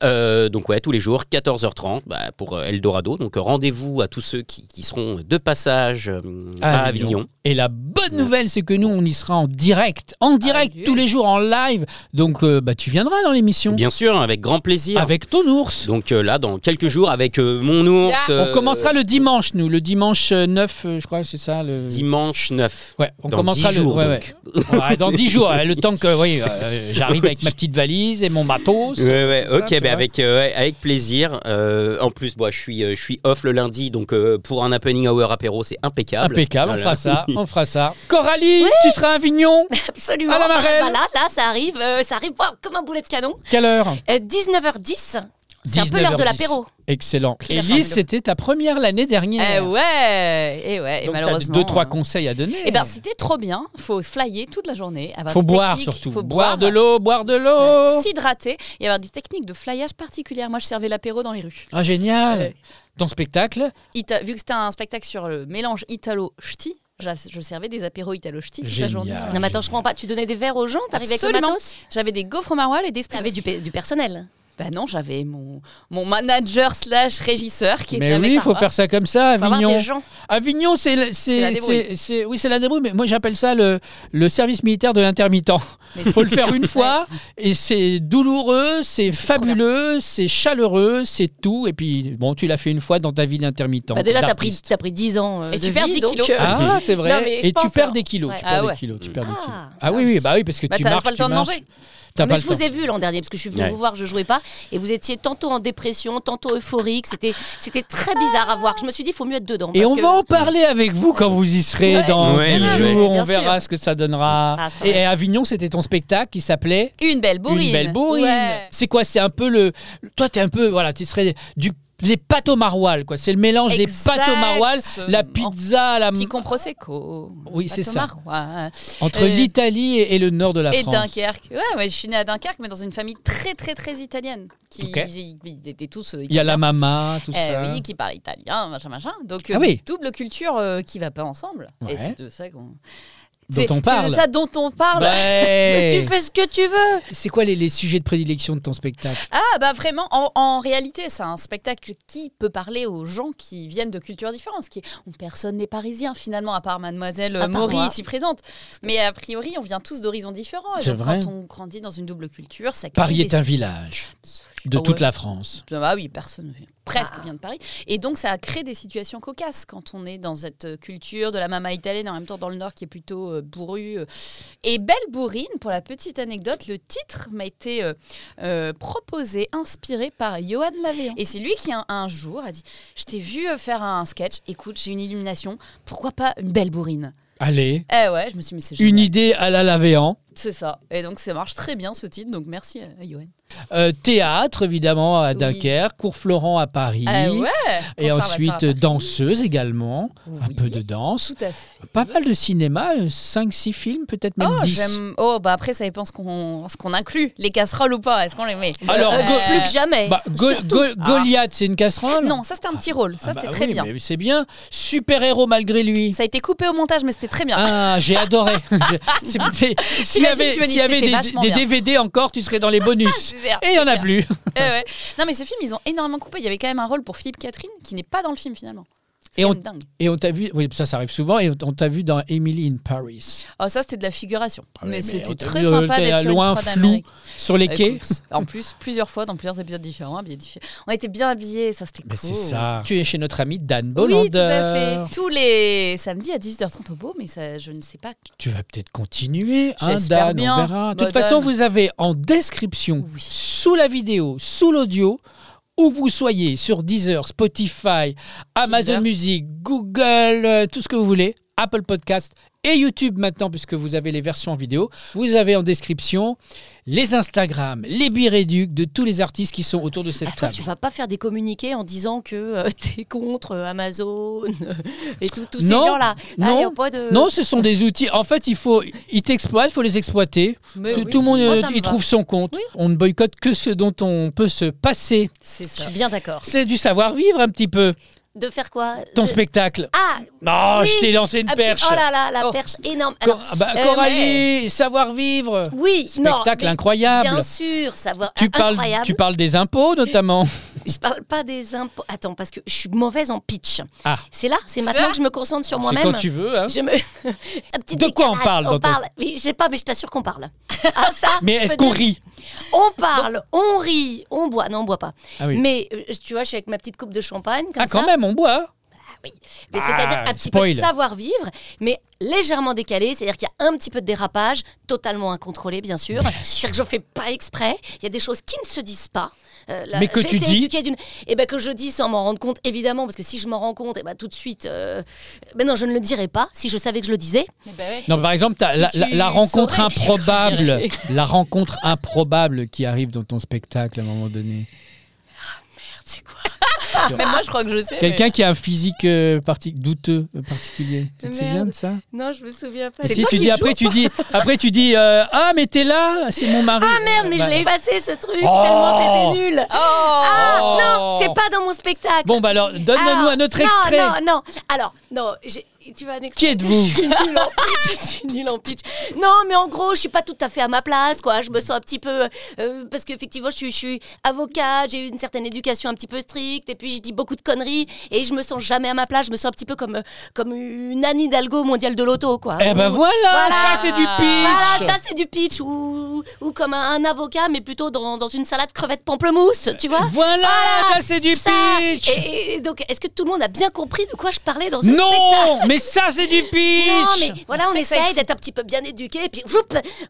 C: Euh, donc ouais, tous les jours, 14h30 bah, pour euh, Eldorado. Donc euh, rendez-vous à tous ceux qui, qui seront de passage euh,
A: À
C: à,
A: Avignon.
C: Avignon.
A: Et la bonne nouvelle, c'est que nous, on y sera en direct,
D: Ah,
A: en direct,
B: Dieu.
A: tous les jours, en live. Donc, euh, bah, tu viendras dans l'émission.
C: Bien sûr, avec grand plaisir.
A: Avec ton ours.
C: Donc euh, là, dans quelques jours, avec euh, mon ours.
B: Yeah.
A: On commencera le dimanche, nous. Le dimanche euh, 9, euh, je crois, c'est ça. Le...
C: dimanche 9.
A: Ouais, on
C: Dans
A: commencera
C: 10
A: le.
C: jours,
A: ouais, ouais. Ouais, dans 10 jours, hein, le temps que oui, euh, j'arrive avec ma petite valise et mon matos.
C: Ouais, ouais,
A: tout ça,
C: ok,
A: tu
C: ben
A: vois.
C: avec, euh, ouais, avec plaisir. Euh, en plus, moi, je, suis, euh, je suis off le lundi, donc euh, pour un happening hour apéro, c'est impeccable.
A: Impeccable, on fera
C: Voilà.
A: ça, on fera ça. Coralie, tu seras à Avignon
D: Absolument.
A: À la Marelle.
D: Bah là, là, ça arrive, euh, ça arrive waouh, comme un boulet de canon.
A: Quelle heure
D: Euh, 19h10, c'est un peu l'heure de
A: 19h10.
D: l'apéro.
A: Excellent.
D: Qui l'a
A: Elise,
D: formule
A: c'était ta première l'année
B: Eh
A: dernière.
B: ouais, eh ouais,
A: Donc,
B: et
A: t'as
B: malheureusement.
A: deux trois
B: euh,
A: conseils à donner.
B: Eh ben, c'était trop bien. Faut flyer toute la journée. avoir
A: faut
B: des
A: boire
B: techniques,
A: surtout.
B: Faut
A: boire de l'eau, boire de l'eau.
B: S'hydrater et avoir des techniques de flyage particulières. Moi, je servais l'apéro dans les rues.
A: Ah génial.
B: Ouais.
A: Ton spectacle,
B: Ita- vu que c'était un spectacle sur le mélange italo-ch'ti, j'a- je servais des apéros italo-ch'ti toute la
A: Génial.
B: journée.
A: Ah,
D: non, mais attends, je
A: génial.
D: comprends pas. Tu donnais des verres aux gens T'arrivais avec le
B: Absolument.
D: matos
B: J'avais des gaufres au maroilles et des spritz.
D: T'avais du, pe- du personnel.
B: Bah non, j'avais mon, mon manager slash régisseur qui
A: mais
B: était
A: oui,
B: avec
A: il faut
B: moi.
A: faire ça comme ça,
D: hein. Faut avoir
A: Avignon.
D: des gens.
A: Avignon, c'est le-
B: C'est la
A: c'est
B: débrouille.
A: c'est- c'est- oui, c'est la débrouille, mais moi j'appelle ça le, le service militaire de l'intermittent. Il faut le faire une fois et c'est douloureux, c'est fabuleux, c'est chaleureux, c'est tout. Et puis bon, tu l'as fait une fois dans ta vie d'intermittent.
D: Bah, déjà, t'as pris,
A: d'artiste.
D: t'as pris 10 ans. euh,
B: Et
D: de
B: tu perds
D: vie,
B: 10
D: donc,
B: kilos.
D: euh,
A: Ah, c'est vrai.
D: Non, mais je
A: et tu
D: pense,
A: perds
D: hein.
A: des kilos. Tu
D: Ouais.
A: perds
B: Ah
A: des
B: ouais.
A: kilos. Tu perds des kilos.
D: Ah.
A: Ah oui, oui, bah oui, parce que
B: Bah,
A: tu
B: t'avais
A: marches,
B: pas le temps
A: tu
B: de
A: marches.
B: manger.
A: T'as
D: mais
A: pas
D: je
A: le
D: vous
A: temps.
D: ai vu l'an dernier parce que je suis venue
C: Ouais.
D: vous voir, je jouais pas et vous étiez tantôt en dépression, tantôt euphorique, c'était c'était très bizarre à voir. Je me suis dit faut mieux être dedans.
A: Et
D: parce
A: on
D: que-
A: va en parler avec vous quand vous y serez
D: Ouais.
A: dans
C: Ouais,
A: 10
C: ouais,
A: jours.
D: ouais.
A: On
D: Bien
A: verra
D: sûr.
A: ce que ça donnera.
D: Ah, c'est
A: et
D: vrai.
A: à Avignon, c'était ton spectacle qui s'appelait
B: Une belle bourrine.
A: Une belle bourrine.
B: Ouais.
A: C'est quoi C'est un peu le. Toi, t'es un peu. Voilà, tu serais du. Des pâtes au maroilles, quoi. C'est le mélange des pâtes au maroilles, la
B: Exactement.
A: pizza, la...
B: Petit con prosecco.
A: Mm. Oui, c'est ça.
B: Marois.
A: entre
B: Euh,
A: l'Italie et, et le nord de la
B: Et
A: France.
B: Dunkerque. Ouais, ouais, je suis née à Dunkerque, mais dans une famille très, très, très italienne. Qui,
A: Ok.
B: ils, ils étaient tous. euh,
A: Il y a la mama, tout
B: Eh
A: ça.
B: oui, qui parle italien, machin, machin. Donc, euh,
A: Ah oui.
B: double culture euh, qui va pas ensemble.
A: Ouais.
B: Et c'est de ça qu'on.
A: Dont
B: C'est-
A: on parle. Bah,
B: C'est de ça dont on parle.
A: Ouais.
D: Mais tu fais ce que tu veux.
A: C'est quoi les, les sujets de prédilection de ton spectacle
B: Ah, bah vraiment, en, en réalité, c'est un spectacle qui peut parler aux gens qui viennent de cultures différentes. Qui, on- personne n'est parisien, finalement, à part Mademoiselle
D: À part
B: Maury
D: moi.
B: ici présente. Mais a priori, on vient tous d'horizons différents. Et
A: C'est
B: donc,
A: vrai.
B: Quand on grandit dans une double culture, ça crée
A: Paris est
B: des-
A: un village de
B: Ah ouais.
A: toute la France.
B: Ah oui, personne ne vient. Presque vient de Paris. Et donc, ça crée des situations cocasses quand on est dans cette euh, culture de la mama italienne, en même temps dans le Nord qui est plutôt euh, bourru. euh. Et Belle Bourrine, pour la petite anecdote, le titre m'a été euh, euh, proposé, inspiré par Johan Lavéon. Et c'est lui qui, un, un jour, a dit Je t'ai vu euh, faire un sketch, écoute, j'ai une illumination, pourquoi pas une belle bourrine
A: Allez,
B: Eh ouais, je me suis dit Mais c'est
A: une
B: génial.
A: idée à la Lavéan.
B: C'est ça. Et donc, ça marche très bien ce titre, donc merci à, à Johan.
A: Euh, théâtre, évidemment, à
B: Oui.
A: Dunkerque. Cours Florent à Paris.
B: Ah ouais
A: Et
B: Conservatoire à
A: ensuite, euh,
B: Paris.
A: danseuse également. Un
B: Oui.
A: peu de danse.
B: Tout à fait.
A: Pas mal de cinéma. 5-6 films, peut-être même
B: Oh,
A: 10.
B: j'aime. Oh, bah après, ça dépend ce qu'on ce qu'on inclut. Les casseroles ou pas Est-ce qu'on les met
A: Alors,
D: Euh,
A: Go-
B: Euh, Ah.
D: plus que jamais.
A: Bah, Go- Go- Goliath, c'est une casserole
B: Non, ça c'était un petit rôle. Ça
A: Ah
B: c'était
A: bah
B: très
A: oui,
B: bien.
A: mais C'est bien. Super-héros malgré lui.
B: Ça a été coupé au montage, mais c'était très bien.
A: Ah, j'ai adoré. Je- c'est- c'est- S'il y
B: T'imagines,
A: avait,
B: tu m'as dit
A: s'il y
B: que
A: avait
B: t'étais
A: des,
B: vachement
A: des
B: bien.
A: DVD encore, tu serais dans les bonus.
B: C'est clair.
A: Et il n'y en a plus.
B: Eh ouais. Non, mais ce film, ils ont énormément coupé. Il y avait quand même un rôle pour Philippe Catherine qui n'est pas dans le film finalement.
A: Et
B: C'est quand
A: on-
B: même dingue.
A: Et on t'a vu, oui, ça, ça arrive souvent, et on on t'a vu dans Emily in Paris.
B: Ah, ça c'était de la figuration.
A: Ah ouais,
B: mais
A: mais on
B: c'était
A: t'a
B: très
A: vu, euh,
B: sympa
A: t'es
B: d'être sur
A: loin,
B: une croix
A: flou,
B: d'Amérique.
A: Sur les quais
B: Écoute, en plus, plusieurs fois dans plusieurs épisodes différents, habillés différents. On était bien habillés, ça c'était cool.
A: Mais c'est ça. Tu es chez notre ami Dan Bolander.
B: Oui, tout à fait. Tous les samedis à 18h30 au beau, mais ça, je ne sais pas.
A: Tu vas peut-être continuer, hein,
B: J'espère
A: Dan,
B: bien.
A: on verra. De toute
B: Bah,
A: façon,
B: Dan.
A: vous avez en description,
B: Oui.
A: sous la vidéo, sous l'audio, où vous soyez, sur Deezer, Spotify, Amazon Music, Google, euh, tout ce que vous voulez, Apple Podcast et YouTube maintenant, puisque vous avez les versions en vidéo, vous avez en description les Instagram, les biréducs de tous les artistes qui sont autour de cette
D: Ah, toi,
A: table.
D: tu vas pas faire des communiqués en disant que euh, t'es contre euh, Amazon et tout- tous
A: Non,
D: ces gens-là.
A: non,
D: Allez, euh, on pas de-
A: Non, ce sont des outils. En fait, il faut, ils t'exploitent, il faut les exploiter.
B: Mais
A: tout,
B: oui,
A: tout le monde
D: Moi,
A: euh,
D: ça me
A: y
D: va.
A: trouve son compte.
D: Oui.
A: On ne boycotte que ce dont on peut se passer.
B: c'est
D: Je
B: ça.
D: suis bien d'accord.
A: C'est du savoir-vivre un petit peu.
D: De faire quoi
A: Ton
D: De-
A: spectacle.
D: Ah,
A: Non,
D: Oui,
A: je t'ai lancé une
D: un petit-
A: perche.
D: Oh là là, la
B: Oh.
D: perche énorme.
A: Cor-
D: Alors,
A: ah bah,
D: euh,
A: Coralie, savoir-vivre.
D: Oui, non,
A: Spectacle
D: mais
A: incroyable.
D: Bien sûr, savoir
A: Tu parles,
D: incroyable.
A: tu parles des impôts notamment.
D: Je parle pas des impôts. Attends, parce que je suis mauvaise en pitch.
A: Ah.
D: C'est là, c'est maintenant que je me concentre sur
A: C'est
D: moi-même.
A: quand tu veux. hein.
D: Je me... Un petit
A: De quoi on
D: décalage,
A: parle dans
D: On
A: ton-
D: parle. Mais je sais pas, mais je t'assure qu'on parle. Ah, ça,
A: Mais
D: je
A: est-ce
D: peux
A: qu'on
D: dire.
A: rit
D: On parle, on rit, on boit. Non, on boit pas.
A: Ah oui.
D: Mais euh, tu vois, je suis avec ma petite coupe de champagne. Comme
A: Ah, quand
D: ça.
A: même, on boit.
D: Oui. Mais c'est-à-dire
A: Ah,
D: un petit
A: spoil.
D: peu de savoir-vivre, mais légèrement décalé. C'est-à-dire qu'il y a un petit peu de dérapage, totalement incontrôlé, bien sûr. C'est-à-dire que je fais pas exprès. Il y a des choses qui ne se disent pas. Euh, là,
A: Mais que
D: j'ai
A: tu
D: été
A: dis.
D: éduquée d'une- Eh ben que je dis sans m'en rendre compte, évidemment, parce que si je m'en rends compte, eh ben tout de suite. euh, Ben non, je ne le dirais pas. Si je savais que je le disais,
B: Mais bah ouais.
A: Non, mais par exemple, t'as
B: Si
A: la,
B: tu
A: la- la
B: saurais,
A: rencontre
B: je te
A: improbable,
B: dirais.
A: la rencontre improbable qui arrive dans ton spectacle à un moment donné.
D: c'est quoi
B: Mais Bah, moi, je crois que je sais.
A: Ah. Quelqu'un qui a un physique euh, parti- douteux euh, particulier. Tu te
D: Merde.
A: souviens de ça
D: Non, je me souviens pas.
A: Et
B: C'est
A: Si
B: toi
A: tu
B: qui
A: dis
B: joues.
A: après, tu dis après, tu dis euh, ah mais t'es là, c'est mon mari.
D: Ah merde, mais
A: Bah,
D: je l'ai effacé ce truc
A: Oh
D: tellement c'était nul.
B: mais- Oh
D: Ah
A: Oh.
D: non, c'est pas dans mon spectacle.
A: Bon bah alors donne-nous
D: Alors,
A: un autre
D: non,
A: extrait.
D: Non, non, Alors, non, j'ai- tu vas un extrait.
A: Qui êtes-vous
D: Je suis nulle en pitch, je suis nulle en pitch. Non, mais en gros, je suis pas tout à fait à ma place, quoi. Je me sens un petit peu. euh, parce qu'effectivement, je suis, je suis avocate, j'ai eu une certaine éducation un petit peu stricte, et puis je dis beaucoup de conneries, et je me sens jamais à ma place. Je me sens un petit peu comme, euh, comme une Anne Hidalgo mondiale de l'auto, quoi.
A: Eh ben
D: Ou-
A: voilà,
D: Voilà.
A: ça c'est du pitch.
D: Voilà, ça c'est du pitch, ou, ou comme un, un avocat, mais plutôt dans, dans une salade crevette pamplemousse, tu vois
A: Voilà, ça c'est du
D: ça.
A: pitch.
D: Et, et donc, est-ce que tout le monde a bien compris de quoi je parlais dans ce spectacle
A: Non, mais ça c'est du pitch.
D: Non, mais voilà, on
B: C'est
D: essaye
B: sexy.
D: d'être un petit peu bien éduqué, et puis joup,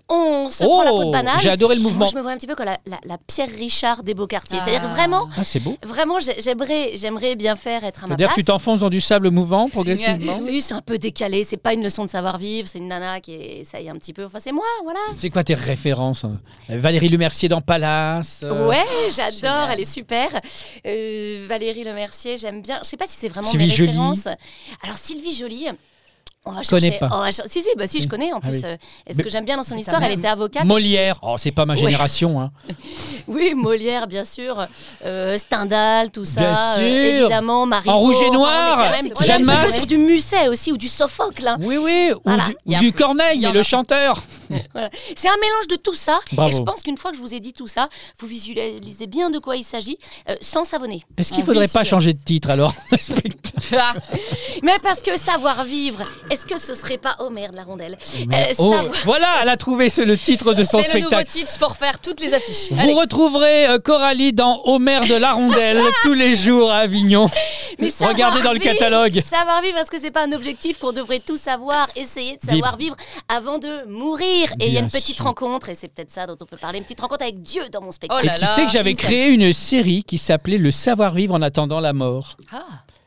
D: on se
A: Oh,
D: prend la peau de banane.
A: j'ai adoré le mouvement.
D: Moi, je me vois un petit peu comme la, la- la Pierre Richard des beaux quartiers.
B: Ah.
D: C'est-à-dire vraiment,
A: Ah c'est beau.
D: vraiment, j'ai- j'aimerais, j'aimerais bien faire être à ma
A: C'est-à-dire
D: place.
A: que tu t'enfonces dans du sable mouvant progressivement.
D: Oui, c'est un peu décalé. C'est pas une leçon de savoir vivre. C'est une nana qui essaye un petit peu. Enfin, c'est moi, voilà.
A: C'est quoi tes références hein Valérie Lemercier dans Palace. euh,
D: Ouais, j'adore,
B: génial.
D: elle est super. Euh, Valérie Lemercier, j'aime bien. Je sais pas si c'est vraiment
A: Sylvie
D: mes
A: Joly.
D: références. Alors Sylvie Joly. On va
A: Je connais
D: chercher-
A: pas.
D: on va cher- si si, bah si, je connais. En
A: Ah
D: plus,
A: oui.
D: euh, est-ce
A: Mais-
D: que j'aime bien dans son
B: C'est
D: histoire
B: ta
D: Elle
B: mère.
D: était avocate.
A: Molière. Oh, c'est pas ma
D: Ouais.
A: génération. Hein.
D: Oui, Molière, bien sûr. Euh, Stendhal, tout ça.
A: Bien
D: euh,
A: sûr.
D: évidemment, Marie.
A: En rouge et noir. Jeanne Mm. Mas.
D: Du Musset aussi ou du Sophocle. hein.
A: Oui, oui. Ou
D: Voilà.
A: du,
B: Il y a
A: ou du
B: un-
A: Corneille,
B: il y en
A: mais le
B: a.
A: chanteur.
D: Voilà. C'est un mélange de tout ça.
A: Bravo.
D: Et je pense qu'une fois que je vous ai dit tout ça, vous visualisez bien de quoi il s'agit, euh, sans savonner.
A: Est-ce qu'il
B: On
A: faudrait
B: vit
A: pas
B: sur-
A: changer de titre alors le spectacle
D: Mais parce que savoir vivre, est-ce que ce serait pas oh merde la rondelle Euh,
A: Oh,
D: savoir-
A: Voilà, elle a trouvé ce- le titre de son
B: C'est le nouveau
A: spectacle.
B: titre, faut refaire toutes les affiches.
A: Vous
B: Allez.
A: retrouverez euh, Coralie dans Homer de la Rondelle tous les jours à Avignon.
D: Mais savoir
A: Regardez dans le
D: vivre,
A: catalogue.
D: Savoir vivre, est-ce que c'est pas un objectif qu'on devrait tous savoir, essayer de savoir vivre avant de mourir Et il y a
A: Bien
D: une petite
A: sûr.
D: rencontre, et c'est peut-être ça dont on peut parler, une petite rencontre avec Dieu dans mon
B: Oh
D: spectacle.
A: Et
B: là
A: tu
B: là,
A: sais que j'avais
B: Inside.
A: créé une série qui s'appelait Le savoir-vivre en attendant la mort.
D: Ah.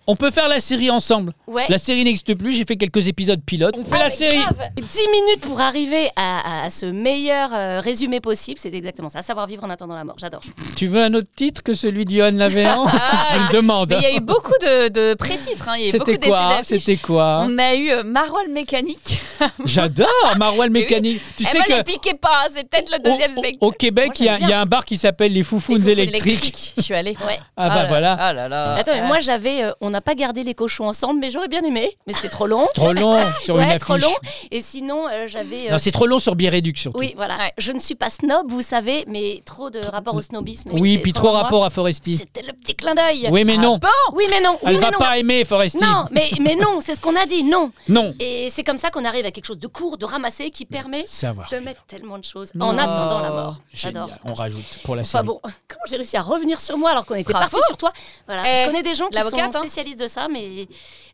A: On peut faire la série ensemble.
D: Ouais.
A: La série n'existe plus, j'ai fait quelques épisodes pilotes. Ah, On fait la série.
D: 10 minutes pour arriver à, à- à ce meilleur euh, résumé possible, c'est exactement ça, savoir vivre en attendant la mort, j'adore.
A: Tu veux un autre titre que celui d'Yohan Lavéan Je me demande.
B: Ah, Mais il y a eu beaucoup de, de pré-titres. hein, il y a eu
A: C'était
B: beaucoup
A: quoi
B: d'essais d'affiches.
A: C'était quoi
B: On a eu euh, Maroilles Mécanique.
A: J'adore Maroilles
B: Mais oui.
A: Mécanique. Tu
B: Eh
A: sais
B: ben,
A: que
B: l'expliquez pas, hein, c'est peut-être le deuxième
A: au,
B: spectacle.
A: au- au Québec,
B: Moi,
A: il y, a-
B: j'aime bien.
A: il y a un bar qui s'appelle les Foufounes
B: Foufounes
A: électriques.
B: Je suis allée.
D: Ouais.
A: Ah bah
B: là-
A: voilà.
B: Ah là là.
D: Attends, mais
B: Ah.
D: moi j'avais, euh, on n'a pas gardé les cochons ensemble, mais j'aurais bien aimé, mais c'était trop long.
A: Trop long sur une
D: ouais,
A: affiche.
D: trop long. Et sinon, euh, j'avais. euh,
A: Non, c'est trop long sur Biéréduc surtout.
D: oui, voilà.
B: Ouais.
D: Je ne suis pas snob, vous savez, mais trop de rapport au snobisme.
A: Oui,
D: c'est
A: puis trop
D: loin de
A: rapport à Foresti.
D: moi. C'était le petit clin d'œil.
A: Oui, mais
B: Ah
A: non.
B: bon
D: Oui, mais non.
A: Elle
D: oui,
A: va
D: mais non.
A: pas aimer Foresti.
D: Non, mais, mais non, c'est ce qu'on a dit, non.
A: Non.
D: Et c'est comme ça qu'on arrive à quelque chose de court, de ramassé, qui permet
A: Savoir.
D: de mettre tellement de choses
A: Non.
D: en attendant la mort.
A: Génial.
D: J'adore.
A: On rajoute pour la
D: Enfin
A: série.
D: bon, comment j'ai réussi à revenir sur moi alors qu'on était
B: Bravo.
D: parti sur toi Voilà,
B: Eh,
D: je connais des gens qui sont
B: l'avocate, hein.
D: spécialistes de ça, mais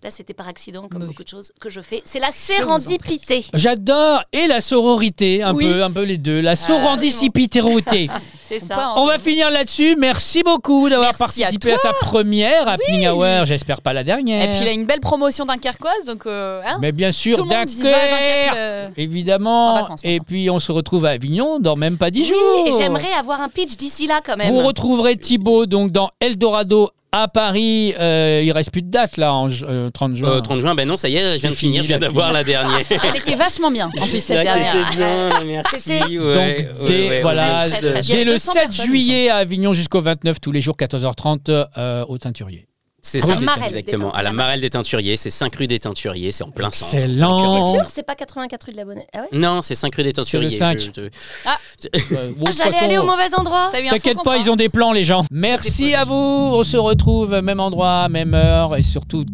D: là c'était par accident comme
B: Mais oui.
D: beaucoup de choses que je fais. C'est la
B: vous en prie.
D: sérendipité.
A: J'adore et la sororité, un
D: Oui.
A: peu, un peu les deux, la sorandicipitérité.
D: C'est
B: On
D: ça.
B: peut en-
A: On va finir là-dessus. Merci beaucoup d'avoir
B: Merci à
A: participé à, ta première Happening Hour. J'espère pas la dernière.
B: Et puis il a une belle promotion dunkerquoise, donc euh, hein,
A: Mais bien
B: tout
A: sûr,
B: le monde y va. Dunkerque,
A: Dunkerque,
B: euh,
A: évidemment.
B: En vacances,
A: et
B: maintenant.
A: puis on se retrouve à Avignon dans même pas dix
D: Oui,
A: jours.
D: et j'aimerais avoir un pitch d'ici là quand même.
A: Vous retrouverez Thibaut donc dans Eldorado à Paris. Euh, il reste plus de date là en ju- euh, 30 juin.
C: Euh, 30 juin, ben non, ça y est, je viens de
A: fini,
C: finir, je viens
A: la
C: d'avoir
A: fille.
C: la dernière.
B: Ah, Elle était vachement bien, en plus, cette
C: Ah,
B: dernière.
C: c'était bien, merci.
A: Donc
C: ouais, ouais,
A: dès,
C: ouais,
A: voilà,
C: on est
D: très,
C: juste,
D: très
C: euh,
D: bien.
A: dès
B: Il y a
A: le
B: 200
A: 7
B: personnes,
A: juillet à Avignon jusqu'au 29 tous les jours 14h30 euh, au Teinturier.
C: C'est
A: Ah
C: ça,
A: oui,
D: Marelle
C: exactement.
D: des
C: À la Marelle des Teinturiers, c'est 5 rue des Teinturiers, c'est en plein centre.
A: Excellent.
D: C'est sûr, c'est pas 84 rue de la Bonne. Ah ouais
C: Non, c'est 5 rue des Teinturiers.
A: le cinq.
C: je- je-
A: Ouais, bon,
D: Ah,
A: de toute
D: J'allais
A: façon,
D: aller au mauvais endroit.
B: T'as eu un faux
A: Euh, T'inquiète pas,
B: contrat.
A: ils ont des plans, les gens. Merci à vous. On se retrouve même endroit, même heure et surtout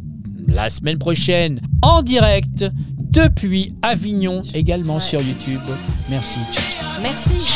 A: la semaine prochaine en direct depuis Avignon, également sur YouTube. Merci. Ciao.
D: Merci.